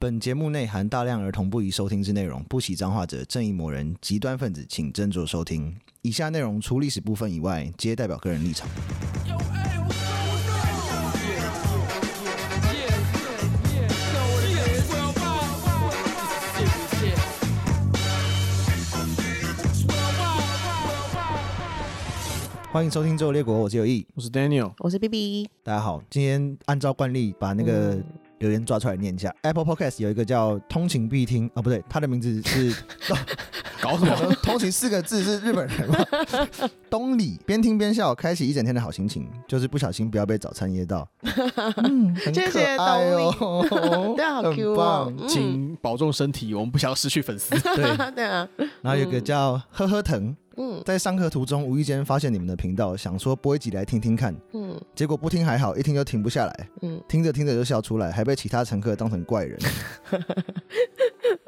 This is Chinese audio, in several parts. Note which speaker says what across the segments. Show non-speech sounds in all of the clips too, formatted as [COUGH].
Speaker 1: 本节目内含大量儿童不宜收听之内容，不喜脏话者、正义魔人、极端分子，请斟酌收听。以下内容除历史部分以外，皆代表个人立场。欢迎收听《周游列国》，我是有意。
Speaker 2: 我是 Daniel，
Speaker 3: 我是 B B，
Speaker 1: 大家好，今天按照惯例把那个
Speaker 3: 嗯
Speaker 1: 留言抓出来念一下。Apple Podcast 有一个叫“通勤必听”啊，不对，它的名字是 [LAUGHS]
Speaker 2: 搞什么？
Speaker 1: “通勤”四个字是日本人吗？
Speaker 3: [LAUGHS]
Speaker 1: 东里边听边笑，开启一整天的好心情，就是不小心不要被早餐噎到。
Speaker 3: [LAUGHS]
Speaker 1: 嗯，很
Speaker 3: 谢谢
Speaker 1: 可爱哦，
Speaker 3: 对啊，好 Q
Speaker 1: 很
Speaker 3: 哦
Speaker 1: 棒。，
Speaker 3: 嗯，
Speaker 2: 请保重身体，我们不想要失去粉
Speaker 3: [LAUGHS]
Speaker 2: 丝。 [LAUGHS]
Speaker 1: 对，
Speaker 3: 对啊，
Speaker 1: [LAUGHS] 然后有一个叫“呵呵疼
Speaker 3: 嗯”，
Speaker 1: 在上课途中无意间发现你们的频道，想说播一集来听听看，
Speaker 3: 嗯
Speaker 1: 结果不听还好，一听就停不下来，
Speaker 3: 嗯，
Speaker 1: 听着听着就笑出来，还被其他乘客当成怪人。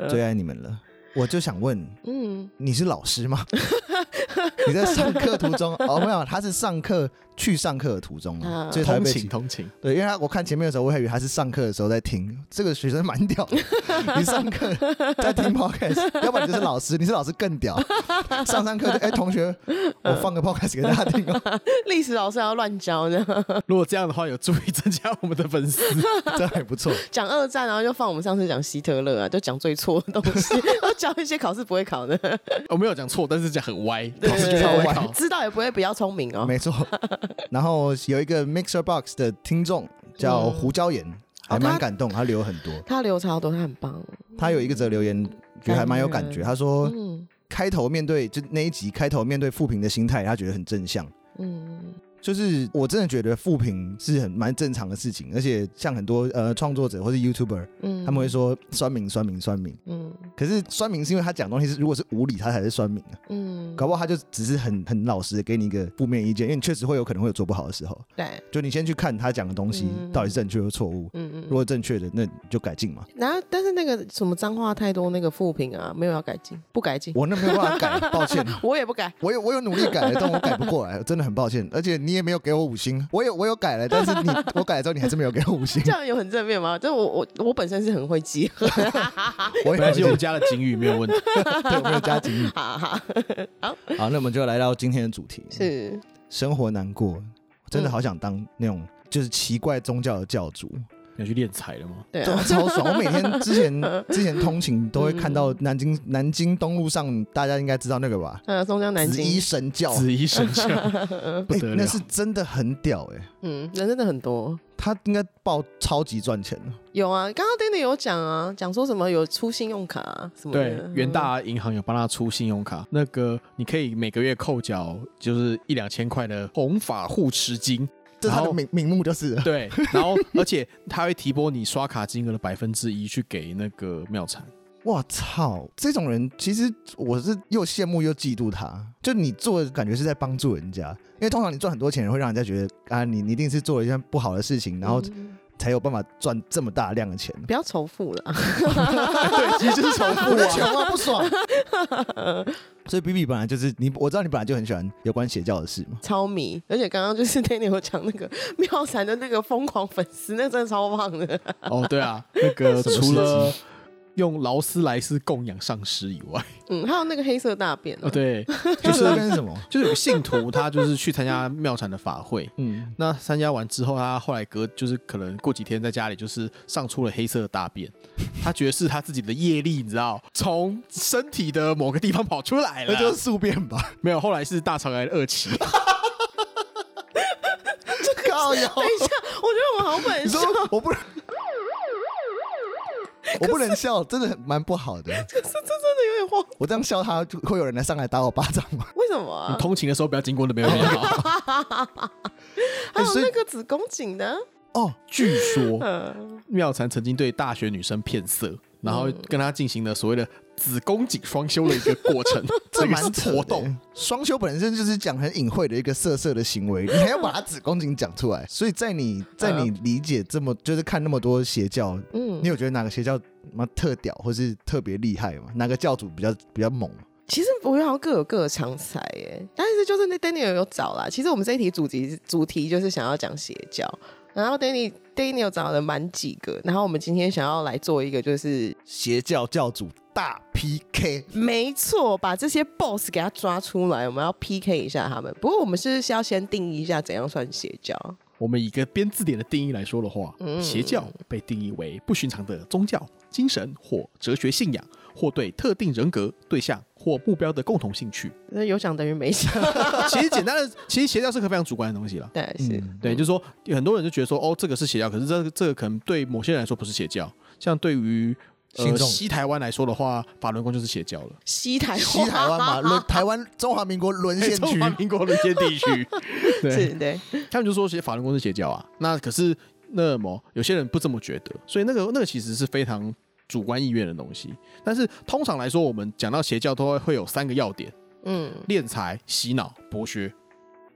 Speaker 1: 最爱你们了，我就想问，
Speaker 3: 嗯，
Speaker 1: 你是老师吗？ [LAUGHS] 你在上课途中哦，没有，他是上课去上课的途中啊嘛，
Speaker 3: 嗯
Speaker 1: 所以才会
Speaker 2: 通
Speaker 1: 被
Speaker 2: 勤，
Speaker 1: 起
Speaker 2: 通勤，
Speaker 1: 对，因为他我看前面的时候，我还以为他是上课的时候在听。这个学生蛮屌的，你上课在听 podcast，要不然你就是老师，你是老师更屌。上上课就哎、同学，我放个 podcast 给大家听哦，
Speaker 3: 历史老师还要乱教呢，
Speaker 2: [LAUGHS] 如果这样的话，有助于增加我们的粉丝。
Speaker 1: 这还不错。
Speaker 3: [LAUGHS] 讲二战，然后就放我们上次讲希特勒啊，就讲最错的东
Speaker 1: [LAUGHS]
Speaker 3: 西，都讲一些考试不会考的，
Speaker 2: 我哦没有讲错，但是讲很歪，
Speaker 3: 对
Speaker 2: 老师
Speaker 3: 对
Speaker 2: 就
Speaker 3: 对
Speaker 2: 超
Speaker 3: 对
Speaker 2: 歪
Speaker 3: 对
Speaker 2: 考。
Speaker 3: 知道也不会比较聪明哦。
Speaker 1: 哦没
Speaker 3: [LAUGHS]
Speaker 1: 错。然后有一个 Mixer Box 的听众叫胡椒盐，还蛮
Speaker 3: 嗯哦他嗯
Speaker 1: 感动，他留很多。
Speaker 3: 他留超多，他很棒。
Speaker 1: 他有一个则留言，觉得还蛮有感觉。他说
Speaker 3: 嗯
Speaker 1: 开头面对就那一集开头面对负评的心态，他觉得很正向。
Speaker 3: 嗯
Speaker 1: 就是我真的觉得负评是很蛮正常的事情，而且像很多呃创作者或是 YouTuber，
Speaker 3: 嗯，
Speaker 1: 他们会说酸民酸民酸民，
Speaker 3: 嗯
Speaker 1: 可是酸民是因为他讲东西是如果是无理，他才是酸民啊，
Speaker 3: 嗯，
Speaker 1: 搞不好他就只是很很老实的给你一个负面意见，因为你确实会有可能会有做不好的时候，
Speaker 3: 对，
Speaker 1: 就你先去看他讲的东西
Speaker 3: 嗯
Speaker 1: 到底是正确或错误，
Speaker 3: 嗯嗯
Speaker 1: 如。果正确的那你就改进嘛，
Speaker 3: 然后，但是那个什么脏话太多，那个负评啊，没有要改进，不改进，
Speaker 1: 我那没有办法改，
Speaker 3: [LAUGHS]
Speaker 1: 抱歉。
Speaker 3: 我也不改。
Speaker 1: 我有我有努力改了，但我改不过来，真 [LAUGHS] 的很抱歉。而且你也没有给我五星，我有我有改了，但是你 [LAUGHS] 我改了之后你还是没有给我五
Speaker 3: [LAUGHS]
Speaker 1: 星
Speaker 3: 这，样有很正面吗？就我我我本身是很会记恨，
Speaker 1: 我有
Speaker 2: 没关系，我们加了警语没有问题。 [LAUGHS]
Speaker 1: 对，我没有加警语。
Speaker 3: [LAUGHS] 哈哈，
Speaker 1: 好，那我们就来到今天的主题，
Speaker 3: 是
Speaker 1: 生活难过，我真的好想当那种就是奇怪宗教的教主，
Speaker 3: 嗯
Speaker 2: 你要去练财了吗？
Speaker 3: 对
Speaker 1: 真
Speaker 3: 啊
Speaker 1: 的，超爽。我每
Speaker 3: [LAUGHS]
Speaker 1: 天之前之前通勤都会看到南京南京东路上，大家应该知道那个吧？
Speaker 3: 呃，松江南
Speaker 1: 紫衣
Speaker 3: 京，
Speaker 1: 神教，
Speaker 2: 紫衣神教
Speaker 3: [LAUGHS]
Speaker 2: 不
Speaker 1: 哎
Speaker 2: 得了
Speaker 1: 那，是真的很屌哎、
Speaker 3: 嗯，人真的很多。
Speaker 1: 他应该报超级赚钱的，
Speaker 3: 有啊，刚刚 d a n y 有讲啊，讲说什么有出信用卡、啊、什么
Speaker 2: 对
Speaker 3: 的，，
Speaker 2: 元大银行有帮他出信用卡，那个你可以每个月扣缴就是一两千块的红发护持金，
Speaker 1: 这是他
Speaker 2: 然
Speaker 1: 的
Speaker 2: 后
Speaker 1: 名名目就是了。
Speaker 2: 对，然
Speaker 3: [LAUGHS]
Speaker 2: 后而且他会提拨你刷卡金额的百分之一去给那个妙产。
Speaker 1: 我操，这种人其实我是又羡慕又嫉妒他。就你做的感觉是在帮助人家，因为通常你赚很多钱，会让人家觉得啊，你你一定是做了一件不好的事情，然后
Speaker 3: 嗯
Speaker 1: 才有办法赚这么大量的钱。
Speaker 3: 不要仇富了，
Speaker 2: [LAUGHS] 对，其实就是重
Speaker 1: [LAUGHS] 我的
Speaker 2: 复
Speaker 1: 钱
Speaker 2: 啊。
Speaker 1: 我不爽。所以 B B 本来就是你，我知道你本来就很喜欢有关邪教的事
Speaker 3: [LAUGHS]
Speaker 1: 嘛。
Speaker 3: [LAUGHS] 超迷。而且刚刚就是 d a n y 有讲那个 [LAUGHS] 妙闪的那个疯狂粉丝，那真的超棒的。 [LAUGHS]
Speaker 2: 哦，对啊，那个
Speaker 1: 什么
Speaker 2: 除了
Speaker 1: 事
Speaker 2: 用劳斯莱斯供养上师以外，
Speaker 3: 嗯，还有那个黑色大便、啊
Speaker 2: 哦，对，
Speaker 1: 就
Speaker 2: 就是是
Speaker 1: 那边是什么？
Speaker 2: 就是有个信徒，他就是去参加妙产的法会，
Speaker 1: 嗯，
Speaker 2: 那参加完之后，他后来隔就是可能过几天在家里就是上出了黑色的大便，他觉得是他自己的业力，你知道，从身体的某个地方跑出来
Speaker 1: [LAUGHS]
Speaker 2: 了。
Speaker 1: 那就是宿便吧。
Speaker 2: 没有，后来是大肠癌的二期。
Speaker 1: 靠腰，
Speaker 3: 等一下，我觉得我们好本
Speaker 1: 你
Speaker 3: 事
Speaker 1: 说。我 [LAUGHS] 不能，我不能笑，真的蛮不好的。
Speaker 3: 可是这真的有点荒，
Speaker 1: 我这样笑他，就会有人来上来打我巴掌吗？
Speaker 3: 为什么啊、
Speaker 2: 你通勤的时候不要经过那边比较好。
Speaker 3: 还有
Speaker 1: 哎所以
Speaker 3: 那个子宫颈的，啊
Speaker 1: 哦，
Speaker 2: 据说
Speaker 3: 嗯，
Speaker 2: 妙禅曾经对大学女生骗色，然后跟她进行了所谓的子宫颈双修的一个过程，
Speaker 1: [LAUGHS] 这
Speaker 2: 这个
Speaker 1: 蛮
Speaker 2: 是
Speaker 1: 扯
Speaker 2: 活
Speaker 1: 的欸
Speaker 2: 动。。
Speaker 1: 双修本身就是讲很隐晦的一个色色的行为，你还 [LAUGHS] 要把它子宫颈讲出来。所以在你在你理解这么就是看那么多邪教，
Speaker 3: 嗯
Speaker 1: 你有觉得哪个邪教妈特屌或是特别厉害吗？哪个教主比较比较猛？
Speaker 3: 其实我觉得好像各有各的长才耶，但是就是那 Daniel 有找啦。其实我们这一题主题主题就是想要讲邪教，然后 Danny Daniel 找了蛮几个，然后我们今天想要来做一个，就是
Speaker 1: 邪教教主大 [LAUGHS] PK，
Speaker 3: 没错，把这些 boss 给他抓出来，我们要 PK 一下他们。不过我们是不是要先定义一下怎样算邪教？
Speaker 2: 我们以一个编字典的定义来说的话，
Speaker 1: 嗯
Speaker 2: 邪教被定义为不寻常的宗教、精神或哲学信仰，或对特定人格、对象或目标的共同兴趣。
Speaker 3: 那有想等于没想，
Speaker 2: 其实简单的，其实邪教是个非常主观的东西了。
Speaker 3: 对，是、
Speaker 2: 对，就是说很多人就觉得说，哦，这个是邪教，可是这个这个可能对某些人来说不是邪教，像对于。
Speaker 1: 信
Speaker 2: 呃，
Speaker 1: 众
Speaker 2: 西台湾来说的话，法轮功就是邪 [LAUGHS] 教了。
Speaker 3: 西台
Speaker 1: 西台湾嘛， [LAUGHS] 沦台湾中华民国沦陷
Speaker 2: 中
Speaker 1: 区，
Speaker 2: 华民国沦陷地区， [LAUGHS] 对，
Speaker 3: 是对，
Speaker 2: 他们就说其实法轮功是邪教啊。那可是那么有些人不这么觉得，所以那个那个其实是非常主观意愿的东西。但是通常来说，我们讲到邪教都会会有三个要点：
Speaker 3: 嗯
Speaker 2: 敛财、洗脑、剥削，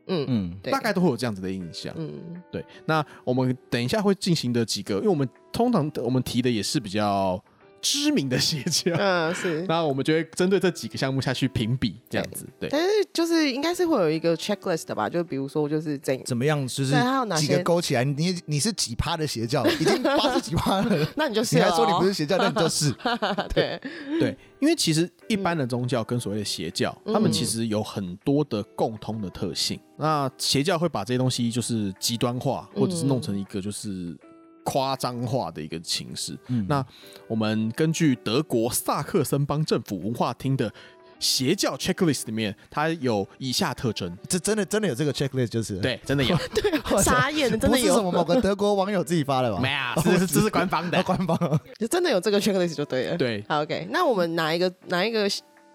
Speaker 3: 嗯，
Speaker 1: 嗯，
Speaker 3: 对，
Speaker 2: 大概都会有这样子的印象。
Speaker 3: 嗯
Speaker 2: 对，那我们等一下会进行的几个，因为我们通常我们提的也是比较知名的邪教， [LAUGHS]
Speaker 3: 嗯是。
Speaker 2: 那我们就会针对这几个项目下去评比，这样子。对，
Speaker 3: 但是就是应该是会有一个 checklist 的吧，就比如说就是怎，
Speaker 1: 怎么样？就是
Speaker 3: 对还有哪
Speaker 1: 几
Speaker 3: 些
Speaker 1: 个勾起来，你你是几趴的邪
Speaker 3: [LAUGHS]
Speaker 1: 教，已经八十几趴了。
Speaker 3: 那你就是
Speaker 1: 你还
Speaker 3: 了
Speaker 1: 说你
Speaker 3: 哦
Speaker 1: 不是邪教，那你就是。
Speaker 3: [LAUGHS]
Speaker 1: [LAUGHS]
Speaker 3: 对，
Speaker 2: 对，因为其实一般的宗教跟所谓的邪教，他们其实有很多的共通的特性。那邪教会把这些东西就是极端化，或者是弄成一个就是夸张化的一个形式。那我们根据德国萨克森邦政府文化厅的邪教 checklist 里面，它有以下特征。
Speaker 1: 这真的真的有这个 checklist 就是，
Speaker 2: 对，真的有，
Speaker 3: 傻眼了，真
Speaker 1: 不
Speaker 3: 的
Speaker 1: 是什么某
Speaker 3: 有，
Speaker 1: 个德国网友自己发的吧？
Speaker 2: [LAUGHS] [LAUGHS] 没啊有，这是这是官方
Speaker 1: 那
Speaker 2: 的。
Speaker 1: 官方
Speaker 3: 就真的有这个 checklist 就对了。
Speaker 2: [LAUGHS] 对，
Speaker 3: 好，OK，那我们哪一个哪一个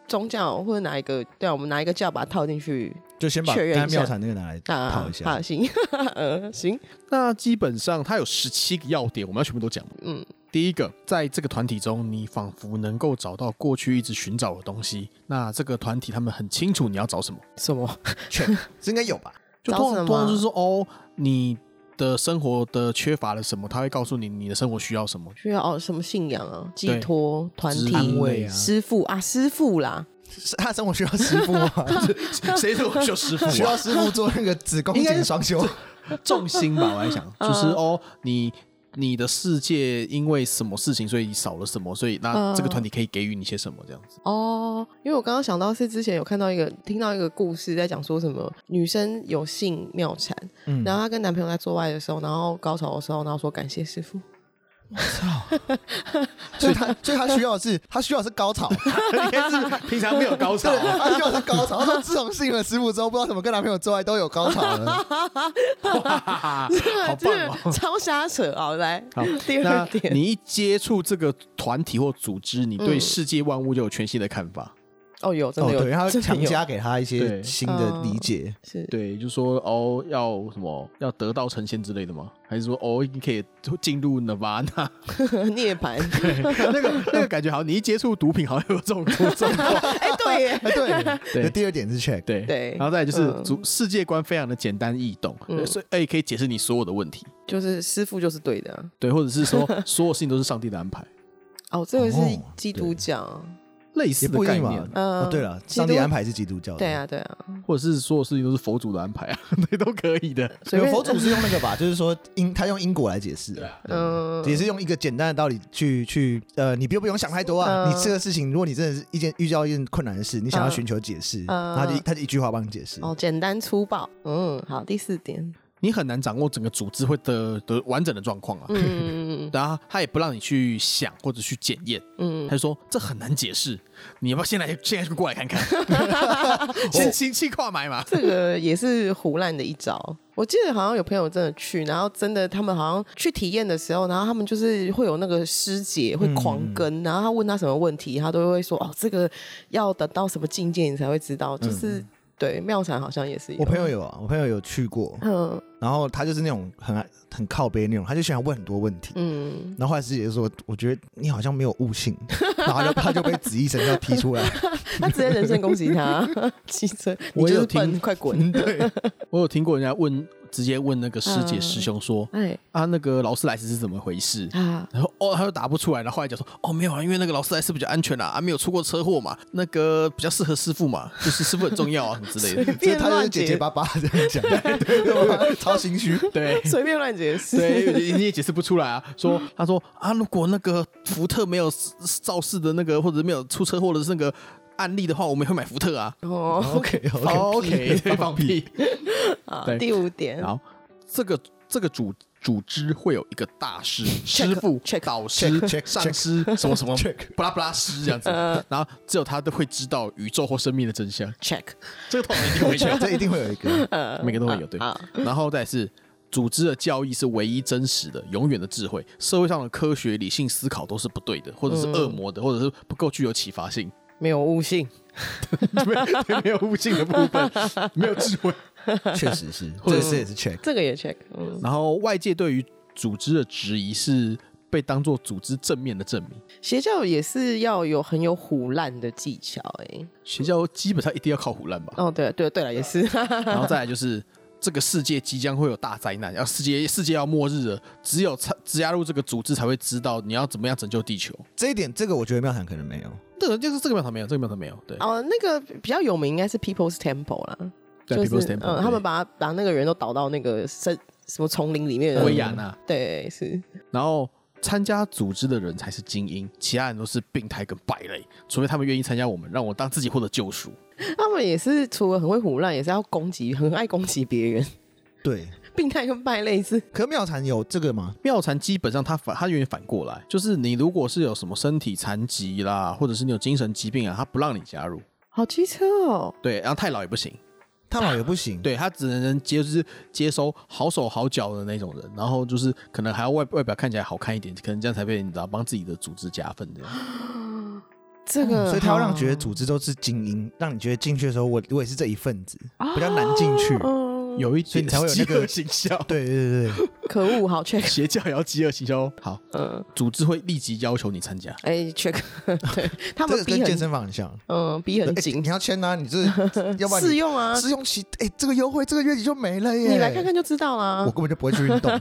Speaker 3: 宗教或者哪一个对啊，我们哪一个教把它套进去？
Speaker 1: 就先把
Speaker 3: 确认一
Speaker 1: 刚
Speaker 3: 下
Speaker 1: 才妙
Speaker 3: 啊
Speaker 1: 产那个拿来
Speaker 3: 那
Speaker 1: 套一下
Speaker 3: 好，。行， [LAUGHS] 呃，行，
Speaker 2: 那基本上它有十七个要点，我们要全部都讲吗
Speaker 3: 嗯，
Speaker 2: 第一个，在这个团体中，你仿佛能够找到过去一直寻找的东西。那这个团体他们很清楚你要找什么，
Speaker 3: 什么？
Speaker 1: 这应该有
Speaker 3: [LAUGHS]
Speaker 1: 吧？
Speaker 2: 就
Speaker 3: 找
Speaker 2: 通
Speaker 3: 什
Speaker 2: 常
Speaker 3: 么
Speaker 2: 通常就是说，哦，你的生活的缺乏了什么，他会告诉你你的生活需要
Speaker 3: [LAUGHS]
Speaker 2: 什么。
Speaker 3: 需要哦什么信仰啊？寄
Speaker 2: 对
Speaker 3: 托团
Speaker 2: 之
Speaker 3: 体
Speaker 2: 安慰啊
Speaker 3: 师傅啊，师傅啦，
Speaker 1: 是他生活需要师傅吗？
Speaker 2: 谁都需要师傅啊
Speaker 1: 需要师傅做那个子宫颈双修，
Speaker 2: 重心吧，我在想，就是
Speaker 3: 嗯
Speaker 2: 哦，你你的世界因为什么事情，所以你少了什么，所以那
Speaker 3: 嗯
Speaker 2: 这个团体可以给予你些什么这样子。 [LAUGHS]
Speaker 3: 哦，因为我刚刚想到是之前有看到一个听到一个故事，在讲说什么女生有性妙产，
Speaker 1: 嗯
Speaker 3: 然后她跟男朋友在做爱的时候，然后高潮的时候，然后说感谢师傅，
Speaker 1: 所以他所以他需要的是他需要的是高
Speaker 3: [LAUGHS]
Speaker 1: 潮，
Speaker 2: 应该是平常没有高潮啊
Speaker 1: 对，他需要的是高潮。他说自从信了师傅之后，不知道怎么跟男朋友做爱都有高潮了。
Speaker 2: [LAUGHS] [LAUGHS] 好棒哦！
Speaker 3: 超瞎扯啊！来
Speaker 2: 好，
Speaker 3: [LAUGHS] 第二
Speaker 2: 那
Speaker 3: 点，
Speaker 2: 你一接触这个团体或组织，你对世界万物就有全新的看法。
Speaker 3: 哦，有 [LAUGHS] 真
Speaker 1: 哦，
Speaker 3: 的有，
Speaker 1: 对，他
Speaker 3: 真的
Speaker 1: 强
Speaker 3: 有
Speaker 1: 加给他一些
Speaker 2: 对
Speaker 1: 新的理解。
Speaker 3: 是
Speaker 2: 对，就说哦，要什么要得到成仙之类的吗？还是说哦，你可以进入 Nirvana？
Speaker 3: [LAUGHS] 涅槃，
Speaker 2: 那个那个感觉好像你一接触毒品，好像有这种这种。
Speaker 3: 哎，
Speaker 1: [LAUGHS]
Speaker 3: 对耶，
Speaker 1: 哎，对，
Speaker 2: [LAUGHS] 对
Speaker 1: 那第二点是 check，
Speaker 2: 对
Speaker 3: 对
Speaker 2: 然后再来就是
Speaker 3: 嗯
Speaker 2: 主世界观非常的简单易懂，
Speaker 3: 嗯
Speaker 2: 所以哎可以解释你所有的问题。
Speaker 3: 就是师傅就是对的啊。
Speaker 2: 对，或者是说所有事情都是上帝的安排，
Speaker 3: 哦，这个是
Speaker 1: 哦
Speaker 3: 基督教，
Speaker 2: 类似
Speaker 1: 也
Speaker 2: 的
Speaker 1: 不一
Speaker 2: 概
Speaker 1: 定嘛
Speaker 2: 念。。
Speaker 3: 嗯
Speaker 1: 哦，对了，
Speaker 3: 基督
Speaker 1: 上帝安排是基督教的，
Speaker 3: 对，啊，对啊，
Speaker 2: 或者是所有事情都是佛祖的安排啊， [LAUGHS] 对，都可以的。
Speaker 3: 随
Speaker 1: 有
Speaker 3: 便
Speaker 1: 佛祖是用那个吧， [LAUGHS] 就是说因他用因果来解释的，
Speaker 2: 啊
Speaker 3: 嗯
Speaker 1: 也是用一个简单的道理去去呃，你不用不用想太多啊。
Speaker 3: 嗯
Speaker 1: 你这个事情，如果你真的是一件遇到一件困难的事，你想要寻求解释，
Speaker 3: 嗯
Speaker 1: 他就一他就一句话帮你解释。
Speaker 3: 哦，简单粗暴，嗯，好，第四点，
Speaker 2: 你很难掌握整个组织会的的完整的状况啊。
Speaker 3: 嗯
Speaker 2: [LAUGHS] 然后他也不让你去想或者去检验，
Speaker 3: 嗯
Speaker 2: 他就说这很难解释，你要不要先来现在就过来看看，
Speaker 3: [LAUGHS]
Speaker 2: 先亲戚跨买嘛。
Speaker 3: 这个也是胡乱的一招。我记得好像有朋友真的去，然后真的他们好像去体验的时候，然后他们就是会有那个师姐会狂跟，然后他问他什么问题，他都会说哦，这个要等到什么境界你才会知道，就是、对妙禅好像也是有，
Speaker 1: 我朋友有啊，我朋友有去过，
Speaker 3: 嗯
Speaker 1: 然后他就是那种很爱很靠背那种，他就喜欢问很多问题。
Speaker 3: 嗯，
Speaker 1: 然后后来师姐就说：“我觉得你好像没有悟性。” [LAUGHS] 然后他就他就被子医生要踢出来。
Speaker 3: 他直接人身攻击他， [LAUGHS] 汽车，你
Speaker 2: 我
Speaker 3: 就
Speaker 2: 有
Speaker 3: 是笨，
Speaker 2: 听
Speaker 3: 快滚！ [LAUGHS]
Speaker 1: 嗯，对，
Speaker 2: 我有听过人家问，直接问那个师姐
Speaker 3: 嗯
Speaker 2: 师兄说
Speaker 3: 哎
Speaker 2: 啊，那个劳斯莱斯是怎么回事？ [LAUGHS]
Speaker 3: 啊，
Speaker 2: 然后哦，他就答不出来，然后后来讲说哦，没有啊，因为那个劳斯莱斯比较安全啦、啊，没有出过车祸嘛，那个比较适合
Speaker 1: [LAUGHS]
Speaker 3: [LAUGHS]
Speaker 2: 师傅嘛，就是师傅很重要啊，什么之类的。
Speaker 1: 所以
Speaker 3: 变
Speaker 1: 他就
Speaker 3: 乱
Speaker 1: 是姐
Speaker 3: 解 [LAUGHS]
Speaker 1: 姐巴巴这样讲，对对，超心虚，
Speaker 2: 对
Speaker 3: 随便乱解
Speaker 2: [LAUGHS]
Speaker 3: 释。
Speaker 2: 对，你也解释不出来啊。说他说啊，如果那个福特没有肇事的那个，或者没有出车祸的那个案例的话，我们也会买福特啊。
Speaker 3: 哦
Speaker 1: OK [LAUGHS] OK
Speaker 2: 哦 [LAUGHS] OK，放 [LAUGHS] 屁。
Speaker 3: 好
Speaker 2: 对
Speaker 3: 第五点，
Speaker 2: 好，这个这个组组织会有一个大师、师
Speaker 3: Check，
Speaker 2: 傅、
Speaker 3: check，
Speaker 2: 导师
Speaker 1: check，、check，
Speaker 2: 上
Speaker 1: check
Speaker 2: 师 [LAUGHS] 什么什么
Speaker 1: Check
Speaker 2: 布拉布拉师这样子，然后只有他都会知道宇宙或生命的真相。
Speaker 3: check，
Speaker 2: 这个通常一定会有，
Speaker 1: 这一定会有一个。
Speaker 3: [LAUGHS]
Speaker 2: 每个都会有对。
Speaker 3: 好
Speaker 2: 然后再来是。组织的教义是唯一真实的、永远的智慧。社会上的科学、理性思考都是不对的，或者是恶魔的，或者是不够具有启发性， [LAUGHS]
Speaker 3: 没有悟性，
Speaker 2: 没有没有悟性的部分， [LAUGHS] 没有智慧。
Speaker 1: 确实是，或者是也是 check，
Speaker 3: 这个也 check，嗯，
Speaker 2: 然后外界对于组织的质疑是被当做组织正面的证明。
Speaker 3: 邪教也是要有很有虎烂的技巧哎。
Speaker 2: 学校基本上一定要靠胡乱
Speaker 3: [LAUGHS]
Speaker 2: 吧。
Speaker 3: 哦，对对对了，也是，
Speaker 1: 啊
Speaker 2: 然后再来就是这个世界即将会有大灾难，要世界世界要末日了，只有参加入这个组织才会知道你要怎么样拯救地球。
Speaker 1: 这一点这个我觉得妙谈可能没有。
Speaker 2: 这个就是这个庙堂没有，这个庙堂没有，对，
Speaker 3: [LAUGHS] 哦，那个比较有名应该是 People's Temple 啦，
Speaker 2: 对
Speaker 3: 就
Speaker 2: People's
Speaker 3: 是
Speaker 2: Temple，
Speaker 3: 嗯，
Speaker 2: 对
Speaker 3: 他们把把那个人都导到那个森什么丛林里面的
Speaker 2: 维亚纳。
Speaker 3: 对，是
Speaker 2: 然后参加组织的人才是精英，其他人都是病态跟败类，除非他们愿意参加我们，让我当自己获得救赎。
Speaker 3: 他们也是除了很会胡乱，也是要攻击，很爱攻击别人，
Speaker 1: 对，
Speaker 3: 病态跟败类是
Speaker 1: 可妙禅有这个吗？
Speaker 2: 妙禅基本上它反，它有点反过来，就是你如果是有什么身体残疾啦，或者是你有精神疾病啊，他不让你加入。
Speaker 3: 好机车哦，
Speaker 2: 对，然后太老也不行，
Speaker 1: 他老也不行，
Speaker 2: 对他只能接就是接收好手好脚的那种人，然后就是可能还要外外表看起来好看一点，可能这样才被你知道帮自己的组织加分这样。
Speaker 3: 这个、
Speaker 1: 嗯
Speaker 3: 嗯
Speaker 1: 所以他要让觉得组织都是精英，让你觉得进去的时候，我我也是这一份子，
Speaker 3: 哦
Speaker 1: 比较难进去。
Speaker 3: 嗯，
Speaker 2: 有一
Speaker 1: 所以
Speaker 2: 点
Speaker 1: 你才会有
Speaker 2: 饥
Speaker 1: 那个
Speaker 2: 饿行销，
Speaker 1: 对对对对，
Speaker 3: 可恶，好
Speaker 2: [LAUGHS]
Speaker 3: check，
Speaker 2: 邪教也要饥饿行销。好，
Speaker 3: 嗯，
Speaker 2: 组织会立即要求你参加。
Speaker 3: 哎 check，对 [LAUGHS] 他
Speaker 1: 这
Speaker 3: 们
Speaker 1: 个
Speaker 3: 逼
Speaker 1: 跟健
Speaker 3: 很，
Speaker 1: 身房很像，
Speaker 3: 嗯，逼很
Speaker 1: 哎
Speaker 3: 紧
Speaker 1: 你，要签啊，你
Speaker 3: [LAUGHS]
Speaker 1: 这要不然
Speaker 3: 试
Speaker 1: 你
Speaker 3: 用啊，
Speaker 1: 试用期，哎，这个优惠这个月底就没了耶。
Speaker 3: 你来看，啊看就知道啦
Speaker 1: 我。根本就不会去运
Speaker 3: [LAUGHS]
Speaker 1: 动。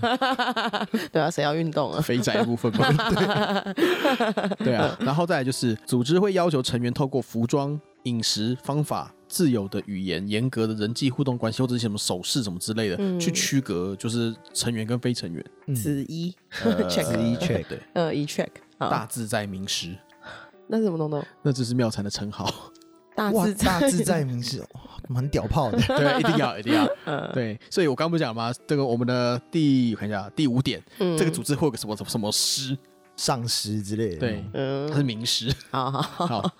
Speaker 3: 对啊，谁要运动啊？
Speaker 2: 肥宅的部分吧，对对啊，然后再来就是组织会要求成员透过服装、饮食、方法、自由的语言、严格的人际互动关系或者是什么手势什么之类的，去区隔就是成员跟非成员。
Speaker 1: 嗯
Speaker 3: 子一
Speaker 2: 呃
Speaker 3: [LAUGHS] check，
Speaker 1: 子一 check
Speaker 2: 对，
Speaker 3: 呃一 check，
Speaker 2: 大
Speaker 3: 好，
Speaker 2: 自在名师，
Speaker 3: 那是什么东东？
Speaker 2: 那只是妙禅的称号。
Speaker 3: 大
Speaker 1: 哇
Speaker 3: 自，
Speaker 1: 大
Speaker 3: 在
Speaker 1: 自
Speaker 3: [LAUGHS]
Speaker 1: 在名是哇蛮屌炮的。
Speaker 2: 对，一定要，一定要。对，所以我刚不是讲吗？这个我们的第我看一下第五点，这
Speaker 3: 嗯
Speaker 2: 个组织会有个什么什么什么师，
Speaker 1: 丧尸之类的。
Speaker 2: 对，，
Speaker 3: 嗯
Speaker 2: 他，是名师。
Speaker 3: 好好 [LAUGHS] 好，
Speaker 2: 好，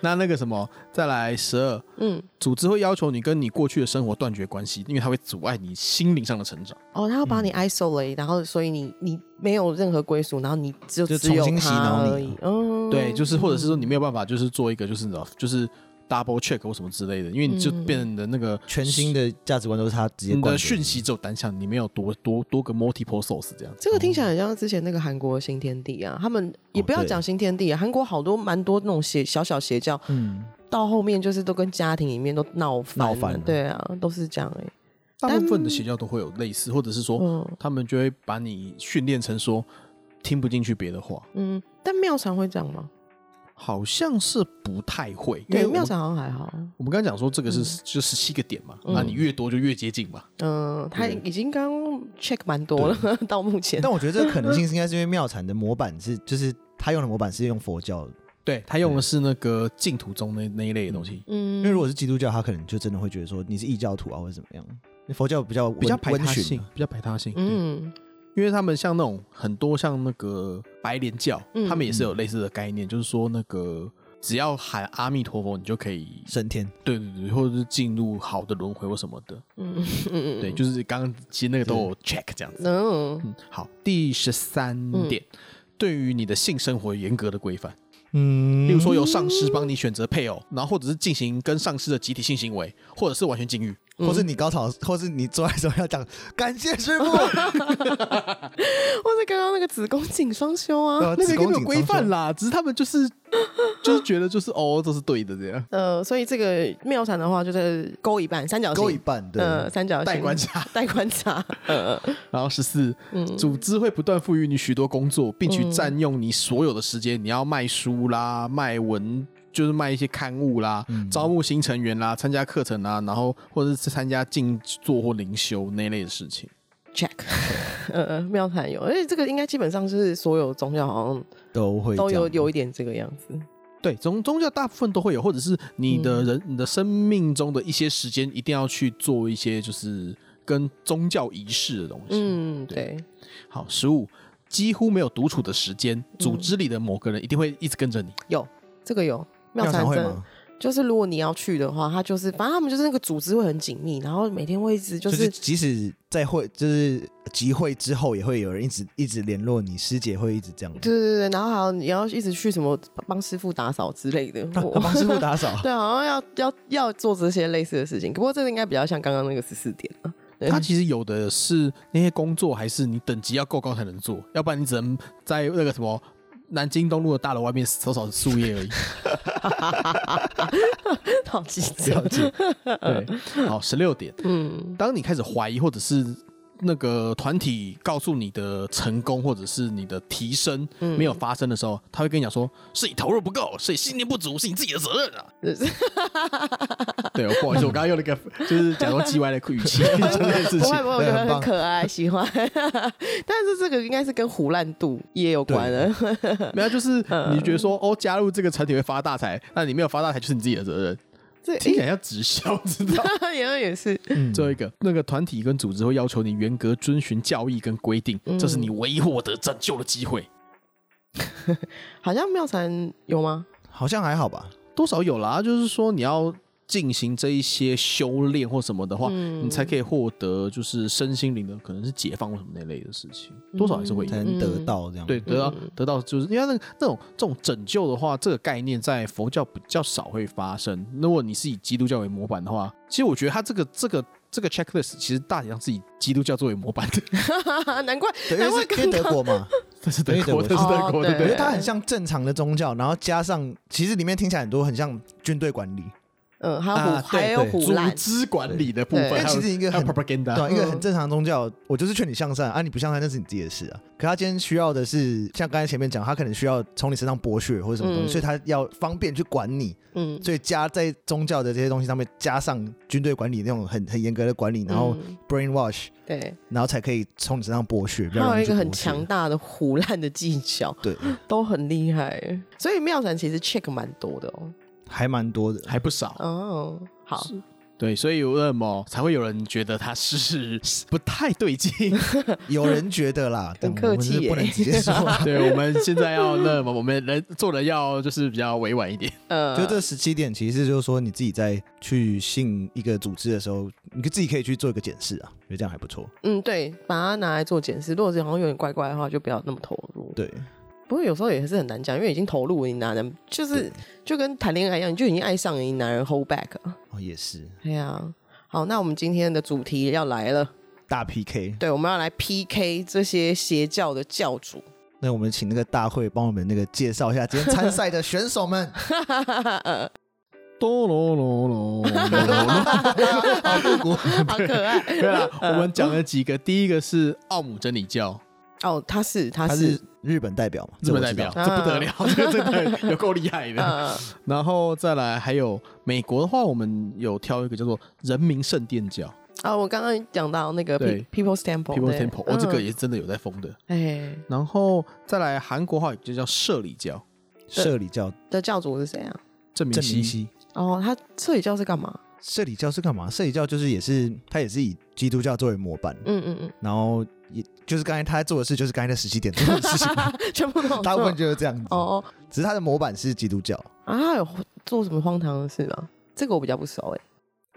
Speaker 2: 那那个什么，再来十二，
Speaker 3: 嗯，
Speaker 2: 组织会要求你跟你过去的生活断绝关系，因为它会阻碍你心灵上的成长。
Speaker 3: 哦，他要把
Speaker 1: 嗯
Speaker 3: 你 isolate，然后所以你你没有任何归属，然后你只有
Speaker 1: 就
Speaker 3: 只有
Speaker 1: 重新洗
Speaker 3: 他
Speaker 1: 脑你
Speaker 3: 而已，嗯，
Speaker 2: 对，就是或者是说你没有办法，就是做一个就是你知道，就是 double check 或什么之类的，因为你就变成你的那个
Speaker 1: 全新的价值观都是他直接
Speaker 2: 你
Speaker 1: 灌
Speaker 2: 的
Speaker 1: 给
Speaker 2: 讯息只有单向，你没有多多多个 multiple source 这样子。
Speaker 3: 这个听起来很像之前那个韩国新天地啊，他们也
Speaker 1: 哦
Speaker 3: 不要
Speaker 1: 对
Speaker 3: 讲新天地啊，韩国好多蛮多那种邪小小邪教，
Speaker 1: 嗯，
Speaker 3: 到后面就是都跟家庭里面都闹翻
Speaker 1: 闹
Speaker 3: 了，
Speaker 1: 翻了
Speaker 3: 对啊，都是这样哎、
Speaker 2: 大部分的邪教都会有类似，或者是说
Speaker 3: 嗯
Speaker 2: 他们就会把你训练成说听不进去别的话，
Speaker 3: 嗯，但妙禅会这样吗？
Speaker 2: 好像是不太会，因
Speaker 3: 对，
Speaker 2: 为我
Speaker 3: 妙
Speaker 2: 们
Speaker 3: 禅好像还好，
Speaker 1: 嗯
Speaker 2: 我们刚刚讲说这个是就十七个点嘛，那你越多就越接近嘛。
Speaker 3: 嗯，他已经刚 check 蛮多了， [LAUGHS] 到目前，
Speaker 1: 但我觉得这个可能性是应该是因为妙禅的模板是，就是他用的模板是用佛教
Speaker 3: 嗯
Speaker 1: 的，
Speaker 2: 对他用的是那个净土宗那那一类的东西，
Speaker 1: 因
Speaker 3: 嗯
Speaker 1: 为如果是基督教，他可能就真的会觉得说你是异教徒啊，或者怎么样。佛教比较温
Speaker 2: 比较排
Speaker 1: 温
Speaker 2: 他
Speaker 1: 驯
Speaker 2: 性
Speaker 1: 啊，，
Speaker 2: 比较排他性。嗯，
Speaker 3: 嗯
Speaker 2: 因为他们像那种很多像那个白莲教，
Speaker 3: 嗯
Speaker 2: 他们也是有类似的概念，就是说那个只要喊阿弥陀佛，你就可以，
Speaker 1: 升天，
Speaker 2: 对对对，或者是进入好的轮回或什么的。
Speaker 3: 嗯嗯
Speaker 2: 对，就是刚刚其实那个都有 check 这样子。
Speaker 3: 嗯，
Speaker 2: 嗯，好，第十三点，对于你的性生活有严格的规范。
Speaker 1: 嗯，
Speaker 2: 例如说由上司帮你选择配偶，然后或者是进行跟上司的集体性行为，或者是完全禁欲。
Speaker 1: 或是你高潮，或是你做爱的时候要讲感谢师
Speaker 3: [LAUGHS]
Speaker 1: 傅，
Speaker 3: 或者刚刚那个子宫颈双修啊，
Speaker 1: 那
Speaker 2: 应该没有规范，啦，只是他们就是就是觉得就是哦，这是对的这样。
Speaker 3: 呃，所以这个妙禅的话就是勾一半，三角形，
Speaker 1: 勾一半，对，
Speaker 3: 呃，三角形
Speaker 2: 待观察，
Speaker 3: 待观
Speaker 1: [LAUGHS]
Speaker 3: 察，呃，
Speaker 2: 然后十四，组织会不断赋予你许多工作，并且占用你所有的时间。你要卖书啦，卖文就是卖一些刊物啦，招募新成员啦，参加课程啊，然后或者是参加静坐或灵修那类的事情。
Speaker 3: Jack，呃，妙禅有，而且这个应该基本上是所有宗教好像
Speaker 1: 都会
Speaker 3: 都
Speaker 1: 这样
Speaker 3: 有有一点这个样子。
Speaker 2: 对，宗宗教大部分都会有，或者是你
Speaker 3: 嗯
Speaker 2: 的人、你的生命中的一些时间，一定要去做一些就是跟宗教仪式的东西。
Speaker 3: 嗯，对，
Speaker 2: 好，十五几乎没有独处的时间，
Speaker 3: 嗯
Speaker 2: 组织里的某个人一定会一直跟着你。
Speaker 3: 有这个有妙
Speaker 1: 庙
Speaker 3: 禅
Speaker 1: 常会
Speaker 3: 真的
Speaker 1: 吗？
Speaker 3: 就是如果你要去的话，他就是反正他们就是那个组织会很紧密，然后每天会一直就
Speaker 1: 就是是即使在会就是集会之后，也会有人一直一直联络你，师姐会一直这样。
Speaker 3: 对对对，然后还有你要一直去什么帮师傅打扫之类的。
Speaker 1: 啊 [LAUGHS]
Speaker 3: 我
Speaker 1: 帮师傅打扫
Speaker 3: [LAUGHS] ，对，啊好像要要要做这些类似的事情，不过这个应该比较像刚刚那个十四点了。对
Speaker 2: 他其实有的是那些工作，还是你等级要够高才能做，要不然你只能在那个什么南京东路的大楼外面扫扫树叶而已。
Speaker 3: 好机
Speaker 2: [LAUGHS]
Speaker 1: [LAUGHS]
Speaker 3: 智
Speaker 1: 了解。
Speaker 2: 对，好，十六点，嗯，当你开始怀疑或者是那个团体告诉你的成功或者是你的提升没有发生的时候，他会跟你讲说，是你投入不够，是你信念不足，是你自己的责任啊。对，我不好意思，我刚刚用了一个就是假装 G 歪的语气，这件事
Speaker 3: 不
Speaker 2: 情
Speaker 3: 会。不会，我
Speaker 1: 对
Speaker 3: 觉
Speaker 1: 很
Speaker 3: 得很
Speaker 1: 棒
Speaker 3: 可爱，喜欢。 [LAUGHS] 但是这个应该是跟胡乱度也有关的，
Speaker 2: 没有，就是你觉得说哦，加入这个团体会发大财，那你没有发大财就是你自己的责任，
Speaker 3: [LAUGHS] 这
Speaker 2: 听起来像直销，知道吗？
Speaker 3: [LAUGHS] 也有也是
Speaker 2: 最后一个，那个团体跟组织会要求你严格遵循教义跟规定，这是你唯一获得拯救的机会。
Speaker 3: 好像妙禅有吗？ [LAUGHS]
Speaker 1: 好像还好吧？
Speaker 2: 多少有啦，就是说你要进行这一些修炼或什么的话，你才可以获得就是身心灵的可能是解放或什么那类的事情，多少还
Speaker 3: 嗯
Speaker 2: 是会有。
Speaker 1: 才能得到这样。
Speaker 2: 对，，得到得到就是因为那那种这种拯救的话，这个概念在佛教比较少会发生。如果你是以基督教为模板的话，其实我觉得他这个这个这个 checklist 其实大体上是以基督教作为模板的， [LAUGHS]
Speaker 3: 难怪
Speaker 1: 对，因
Speaker 3: 难
Speaker 1: 为
Speaker 3: 怪
Speaker 1: 是因为
Speaker 3: 刚
Speaker 1: 德
Speaker 3: 刚
Speaker 1: 国嘛，
Speaker 2: 这是
Speaker 1: [LAUGHS]
Speaker 2: 德
Speaker 1: 对
Speaker 2: 国，
Speaker 1: 德国
Speaker 2: 这是德国，
Speaker 3: 哦
Speaker 2: 对
Speaker 1: 我觉
Speaker 2: 不
Speaker 1: 得
Speaker 2: 对？
Speaker 1: 它很像正常的宗教，然后加上其实里面听起来很多很像军队管理，
Speaker 3: 嗯，还有
Speaker 2: 啊
Speaker 3: 胡还
Speaker 1: 对
Speaker 3: 有
Speaker 1: 对
Speaker 3: 胡
Speaker 2: 组
Speaker 3: 烂，
Speaker 2: 织管理的部分，
Speaker 3: 对
Speaker 2: 还有
Speaker 1: 因为哎其实一个
Speaker 2: 还有
Speaker 1: 很
Speaker 3: 啊
Speaker 2: propaganda，
Speaker 1: 对吧？一个很正常的宗教，我就是劝你向善啊，你不向善那是你自己的事啊。可他今天需要的是，像刚才前面讲，他可能需要从你身上剥削或者什么东
Speaker 3: 嗯
Speaker 1: 西，所以他要方便去管你，
Speaker 3: 嗯，
Speaker 1: 所以加在宗教的这些东西上面加上军队管理那种很很严格的管理，然后
Speaker 3: 嗯
Speaker 1: brainwash，
Speaker 3: 对，
Speaker 1: 然后才可以从你身上剥削。比较
Speaker 3: 还
Speaker 1: 容
Speaker 3: 有
Speaker 1: 易
Speaker 3: 一个
Speaker 1: 去
Speaker 3: 很
Speaker 1: 剥削
Speaker 3: 强大的胡烂的技巧， [LAUGHS]
Speaker 1: 对，
Speaker 3: 都很厉害。所以妙禅其实 check 蛮多的哦。
Speaker 1: 还蛮多的。
Speaker 2: 还不少。
Speaker 3: 哦，好，
Speaker 2: 对，所以有恶魔才会有人觉得他是不太
Speaker 1: [LAUGHS]
Speaker 2: 对劲。
Speaker 1: 有人觉得啦，但
Speaker 3: 很客
Speaker 1: 我们是
Speaker 3: 气
Speaker 1: 不能
Speaker 3: 耶
Speaker 1: 直接
Speaker 3: [LAUGHS]
Speaker 1: 说。
Speaker 2: 对，我们现在要那么，我们人做人要就是比较委婉一
Speaker 1: [LAUGHS]
Speaker 2: 点。
Speaker 3: 呃，
Speaker 1: 就这十七点，其实就是说你自己在去信一个组织的时候，你自己可以去做一个检视啊，觉得这样还不错。
Speaker 3: 嗯，对，把它拿来做检视。如果是好像有点怪怪的话，就不要那么投入。
Speaker 1: 对，
Speaker 3: 不过有时候也是很难讲，因为已经投入了，你哪能就是就跟谈恋爱一样，你就已经爱上了，你哪能 hold back？啊
Speaker 1: 哦，也是
Speaker 3: 对啊。好，那我们今天的主题要来了，
Speaker 1: 大 PK。
Speaker 3: 对，我们要来 PK 这些邪教的教主。 [LAUGHS]
Speaker 1: 那我们请那个大会帮我们那个介绍一下今天参赛的选手们。
Speaker 2: 哆啰啰啰啰啰 [LAUGHS]
Speaker 1: 好复古，
Speaker 3: 好可爱
Speaker 1: [LAUGHS]
Speaker 2: 对啦，我们讲了几个，第一个是奥姆真理教，
Speaker 3: 哦！他是，他
Speaker 1: 他
Speaker 3: 是
Speaker 1: 是，日本代表嘛？
Speaker 2: 日
Speaker 1: 这我
Speaker 2: 本
Speaker 1: 知
Speaker 2: 代表，
Speaker 1: 道啊嗯
Speaker 2: 这不得了，这个真的有够厉
Speaker 1: [LAUGHS]
Speaker 2: 害的。
Speaker 3: 呃，
Speaker 2: 然后再来还有美国的话，我们有挑一个叫做人民圣殿教
Speaker 3: 啊，我刚刚讲到那个
Speaker 2: 对
Speaker 3: Pe- People's Temple，
Speaker 2: （People
Speaker 3: 对
Speaker 2: Temple），哦，这个
Speaker 3: 嗯
Speaker 2: 也是真的有在疯的。
Speaker 3: 哎
Speaker 2: 然后再来韩国话就叫社里教，
Speaker 1: 社里教
Speaker 3: 的教主是谁啊？
Speaker 2: 郑明
Speaker 1: 郑明
Speaker 2: 熙。
Speaker 1: 熙。
Speaker 3: 哦，他社里教是干嘛？
Speaker 1: 社里教是干嘛？社里教就是也是他也是以基督教作为模板，
Speaker 3: 嗯嗯
Speaker 1: 然后也就是刚才他在做的事，就是刚才那十七点做的事情，
Speaker 3: [LAUGHS] 嗯， [LAUGHS] 全部都有
Speaker 1: 大部分
Speaker 3: 做
Speaker 1: 就是这样子。
Speaker 3: 哦，
Speaker 1: 只是他的模板是基督教，
Speaker 3: 啊，他有做什么荒唐的事吗？这个我比较不熟哎、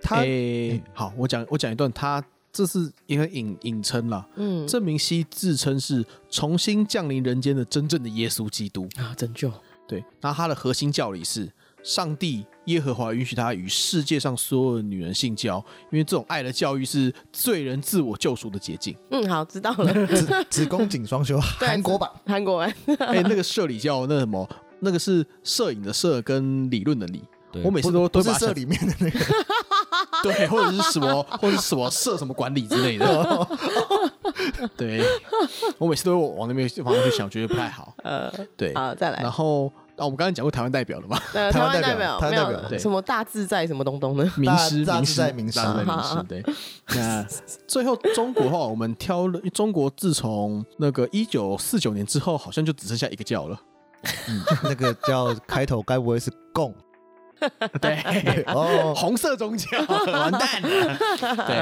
Speaker 1: 他
Speaker 2: 诶、
Speaker 1: 嗯
Speaker 2: 好，我讲我讲一段，他这是一个引引称啦。
Speaker 3: 嗯，
Speaker 2: 郑明熙自称是重新降临人间的真正的耶稣基督。
Speaker 3: 啊拯救，
Speaker 2: 对，那他的核心教理是上帝耶和华允许他与世界上所有的女人性交，因为这种爱的教育是罪人自我救赎的捷径。
Speaker 3: 嗯，好，知道
Speaker 1: [LAUGHS]
Speaker 3: 了，
Speaker 1: 子子宫颈双修，韩国版
Speaker 3: [LAUGHS] 韩国人，
Speaker 2: 哎、那个社里教那什么，那个是摄影的摄跟理论的理。我每次
Speaker 1: 不
Speaker 2: 都都
Speaker 1: 不是
Speaker 2: 把它
Speaker 1: 社
Speaker 2: 想
Speaker 1: 里面的那个，
Speaker 2: [LAUGHS] 对，或者是什么，或者是什么设什么管理之类的。 [LAUGHS] 对，我每次都会往那边方向去想，觉得不太好。
Speaker 3: 呃，
Speaker 2: 对，
Speaker 3: 好，再来
Speaker 2: 然，后啊，我们刚才讲过台湾代表了嘛？
Speaker 3: 呃，
Speaker 1: 台
Speaker 3: 台
Speaker 1: 湾
Speaker 3: 湾
Speaker 1: 代
Speaker 3: 代
Speaker 1: 表
Speaker 3: 表
Speaker 1: 台湾
Speaker 3: 没
Speaker 1: 代表
Speaker 2: 对
Speaker 3: 有什么大自在什么东东的，
Speaker 2: 名师，
Speaker 1: 大大
Speaker 2: 名师
Speaker 1: 自在名师
Speaker 2: 大自在名
Speaker 3: 好
Speaker 2: 师
Speaker 3: 好
Speaker 2: 对。那最后中国的话，我们挑了中国，自从那个一九四九年之后，好像就只剩下一个教了。
Speaker 1: 嗯那个叫开头，该不会是共？
Speaker 2: 对，
Speaker 1: 哦，
Speaker 2: 红色宗教，完蛋了。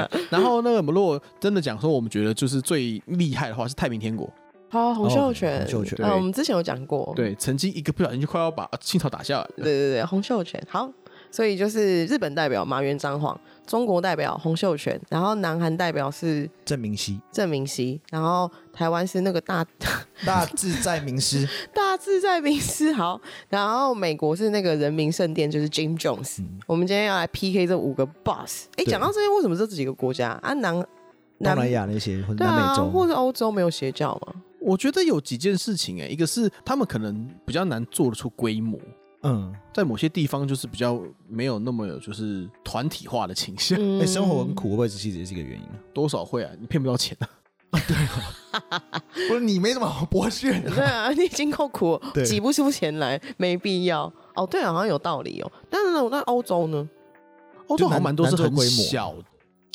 Speaker 2: 对，然后那个我们如果真的讲说，我们觉得就是最厉害的话是太平天国，
Speaker 3: 好，洪
Speaker 1: 哦
Speaker 3: 秀全，
Speaker 1: 洪秀全
Speaker 3: 呃我们之前有讲过，
Speaker 2: 对，曾经一个不小心就快要把清朝打下来了。
Speaker 3: 对对对，洪秀全好。所以就是日本代表麻原彰晃，中国代表洪秀全，然后南韩代表是
Speaker 1: 郑明熙，
Speaker 3: 郑明熙，然后台湾是那个大 [LAUGHS]
Speaker 1: 大自在名师，
Speaker 3: 大自在名师好，然后美国是那个人民圣殿，就是 Jim Jones。我们今天要来 PK 这五个 boss。
Speaker 1: 嗯对
Speaker 3: 哎，讲到这些，为什么这几个国家啊？南
Speaker 1: 东南亚那些或者
Speaker 3: 对
Speaker 1: 南
Speaker 3: 啊，
Speaker 1: 美
Speaker 3: 或
Speaker 1: 洲，
Speaker 3: 者欧洲没有邪教
Speaker 1: [LAUGHS]
Speaker 3: 吗？
Speaker 2: 我觉得有几件事情、哎，一个是他们可能比较难做得出规模，
Speaker 1: 嗯，
Speaker 2: 在某些地方就是比较没有那么有就是团体化的倾向，
Speaker 1: 哎，
Speaker 3: 嗯
Speaker 1: 生活很苦，会不会其实也是一个原因啊？
Speaker 2: 多少会啊，你骗不到钱啊。
Speaker 1: 不是你没什么好剥削的，
Speaker 3: 对啊， [LAUGHS] 你已经够苦了，
Speaker 1: 对
Speaker 3: 挤不出钱来，没必要。哦，对啊，好像有道理哦。但是呢，那欧洲呢？
Speaker 2: 欧洲好像蛮多是很
Speaker 1: 哦难做规模啊
Speaker 2: 小的，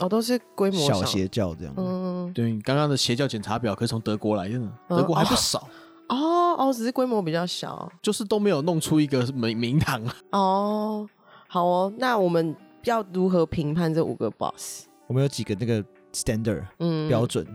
Speaker 3: 哦，都是规模
Speaker 1: 小邪教这样，
Speaker 3: 嗯，
Speaker 2: 对，你刚刚的邪教检查表可是从德国来的呢，
Speaker 1: 呃
Speaker 3: 嗯
Speaker 2: 德国
Speaker 1: 啊
Speaker 2: 还不少，
Speaker 3: 哦哦，只是规模比较小
Speaker 2: 就是都没有弄出一个名名堂啊。
Speaker 3: 哦。好哦，那我们要如何评判这五个 boss？
Speaker 1: 我们有几个那个 standard
Speaker 3: 嗯，
Speaker 1: 标准，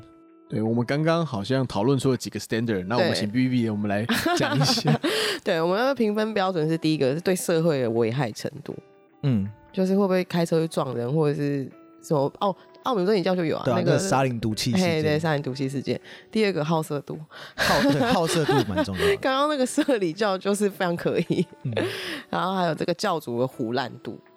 Speaker 2: 对，我们刚刚好像讨论出了几个 standard，那我们
Speaker 3: 对
Speaker 2: 请 B B，我们来讲一
Speaker 1: [LAUGHS]
Speaker 2: 下。
Speaker 3: 对，我们的评分标准是第一个是对社会的危害程度，
Speaker 1: 嗯，
Speaker 3: 就是会不会开车去撞人，或者是什么哦，澳门这里教就有啊，
Speaker 1: 对啊，那
Speaker 3: 个
Speaker 1: 个沙林毒气事
Speaker 3: 嘿对
Speaker 1: 件，
Speaker 3: 杀人毒气事件。第二个好色度，
Speaker 1: 好对好色度蛮重要的，
Speaker 3: 刚刚那个社里教就是非常可疑，
Speaker 1: 嗯
Speaker 3: [LAUGHS] 然后还有这个教主的胡乱度。
Speaker 1: 嗯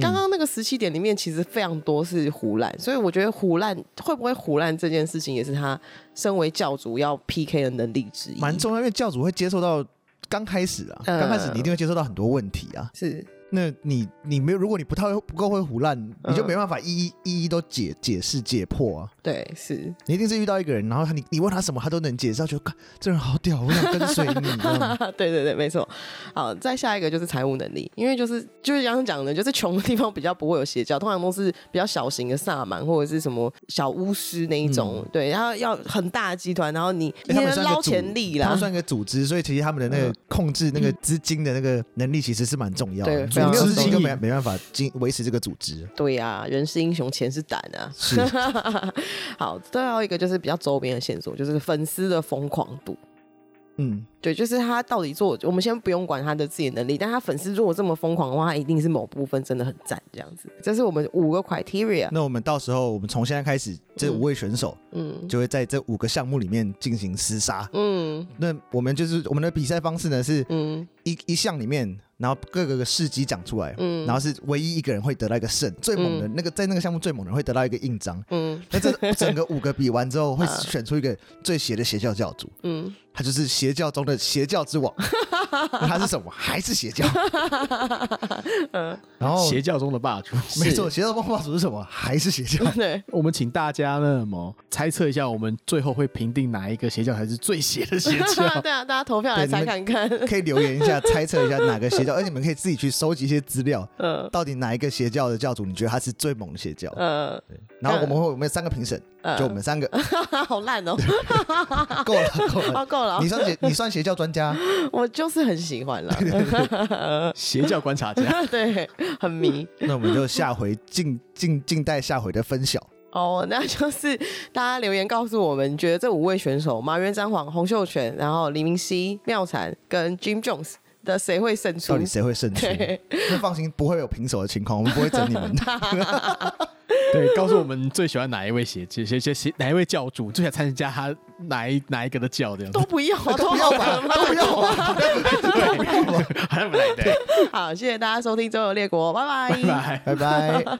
Speaker 3: 刚刚那个十七点里面，其实非常多是胡乱，所以我觉得胡乱会不会胡乱这件事情，也是他身为教主要 PK 的能力之一。
Speaker 1: 蛮重要，因为教主会接受到刚开始啊，
Speaker 3: 呃
Speaker 1: 刚开始你一定会接受到很多问题啊。
Speaker 3: 是，
Speaker 1: 那你你没有，如果你不太会不够会胡乱，
Speaker 3: 嗯
Speaker 1: 你就没办法一一一一都解解释解破啊。
Speaker 3: 对，是，
Speaker 1: 你一定是遇到一个人，然后他你你问他什么，他都能解释，他觉得看这人好屌，我想跟随你。这
Speaker 3: [LAUGHS]
Speaker 1: 样
Speaker 3: 对对对，没错。好，再下一个就是财务能力，因为就是就是刚刚讲的，就是穷的地方比较不会有邪教，通常都是比较小型的萨满或者是什么小巫师那一种，对，然后要很大的集团，然后你
Speaker 1: 欸嗯
Speaker 3: 你
Speaker 1: 他们
Speaker 3: 能
Speaker 1: 算一个
Speaker 3: 捞
Speaker 1: 组
Speaker 3: 钱力
Speaker 1: 他
Speaker 3: 啦嗯
Speaker 1: 们，算一个组织，所以其实他们的那个控制那个资金的那个能力其实是蛮重要的。
Speaker 3: 对
Speaker 1: 所以没有
Speaker 3: 非常
Speaker 1: 资金就
Speaker 2: 重
Speaker 1: 没
Speaker 2: 要
Speaker 1: 没办法经维持这个组织。
Speaker 3: 对呀、人是英雄，钱是胆啊。
Speaker 1: 是
Speaker 3: [LAUGHS] 好，最后一个就是比较周边的线索，就是粉丝的疯狂度。
Speaker 1: 嗯，
Speaker 3: 对，就是他到底做，我们先不用管他的自己的能力，但他粉丝如果这么疯狂的话，他一定是某部分真的很赞这样子。这是我们五个 criteria，
Speaker 1: 那我们到时候我们从现在开始，这五位选手
Speaker 3: 嗯
Speaker 1: 就会在这五个项目里面进行厮杀。
Speaker 3: 嗯
Speaker 1: 那我们就是我们的比赛方式呢，是
Speaker 3: 嗯，
Speaker 1: 一一项里面，然后各个个事迹讲出来，
Speaker 3: 嗯
Speaker 1: 然后是唯一一个人会得到一个胜，最猛的那个在那个项目最猛的人会得到一个印章。
Speaker 3: 嗯
Speaker 1: 那这整个五个比完之后，会选出一个最邪的邪教教主， [LAUGHS]
Speaker 3: 嗯，
Speaker 1: 他就是邪教中的邪教之
Speaker 3: [LAUGHS]
Speaker 1: 王。那他是什么？还是邪教？
Speaker 3: 嗯
Speaker 1: 然后
Speaker 2: 邪教中的霸主，
Speaker 1: 没错，邪教风暴主是什么？还是邪教？
Speaker 3: 对，
Speaker 2: 我们请大家那么猜测一下，我们最后会评定哪一个邪教才是最邪的
Speaker 3: [LAUGHS]
Speaker 2: 邪教？
Speaker 3: 对啊，大家投票来猜看看。
Speaker 1: [LAUGHS]
Speaker 3: [LAUGHS]
Speaker 1: 可以留言一下，猜测一下哪个邪教， [LAUGHS] 而且你们可以自己去收集一些资料，
Speaker 3: 嗯
Speaker 1: 到底哪一个邪教的教主你觉得他是最猛的邪教？
Speaker 3: 呃，
Speaker 1: 然后我们会我们有三个评审，就我们三个
Speaker 3: [LAUGHS] 好烂哦！ [LAUGHS]
Speaker 1: 够了够了
Speaker 3: 哦，。够了
Speaker 1: 啊你，算邪，你算邪教专
Speaker 3: [LAUGHS]
Speaker 1: 家，
Speaker 3: 我就是很喜欢啦，
Speaker 2: 邪教观察
Speaker 3: [LAUGHS]
Speaker 2: 家，
Speaker 3: 对，很迷。
Speaker 1: 那我们就下回静静静待下回的分晓。
Speaker 3: 哦，那就是大家留言告诉我们，你觉得这五位选手马原张晃、洪秀全，然后黎明熙、妙婵跟 Jim Jones 的谁会胜出
Speaker 1: 到底？谁会
Speaker 3: [LAUGHS]
Speaker 1: 胜出 [LAUGHS]
Speaker 3: 对？
Speaker 1: 那放心，不会有平手的情况，我们不会整你
Speaker 3: [LAUGHS]
Speaker 1: 们的。
Speaker 2: 对，告诉我们最喜欢哪一位邪邪邪邪哪一位教主，最想参加他哪一哪一个的教这样子
Speaker 3: 都。不要啊，
Speaker 1: 都不要吧，都不要吧，
Speaker 3: [LAUGHS]
Speaker 1: 都不要吧，
Speaker 2: [LAUGHS] 好像不来的，
Speaker 3: 好，谢谢大家收听《周游列国》，拜
Speaker 2: 拜
Speaker 1: 拜
Speaker 2: 拜。
Speaker 1: 拜。